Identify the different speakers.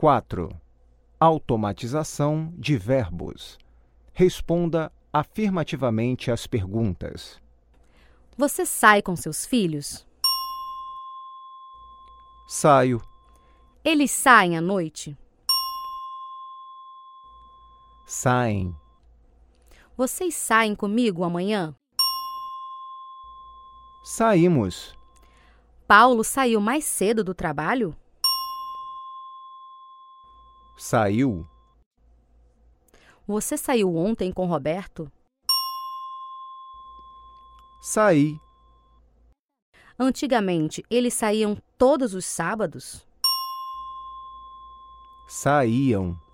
Speaker 1: 4. Automatização de verbos. Responda afirmativamente às perguntas.
Speaker 2: Você sai com seus filhos?
Speaker 1: Saio.
Speaker 2: Eles saem à noite?
Speaker 1: Saem.
Speaker 2: Vocês saem comigo amanhã?
Speaker 1: Saímos.
Speaker 2: Paulo saiu mais cedo do trabalho?
Speaker 1: Saiu.
Speaker 2: Você saiu ontem com Roberto?
Speaker 1: Saí.
Speaker 2: Antigamente, eles saíam todos os sábados?
Speaker 1: Saíam.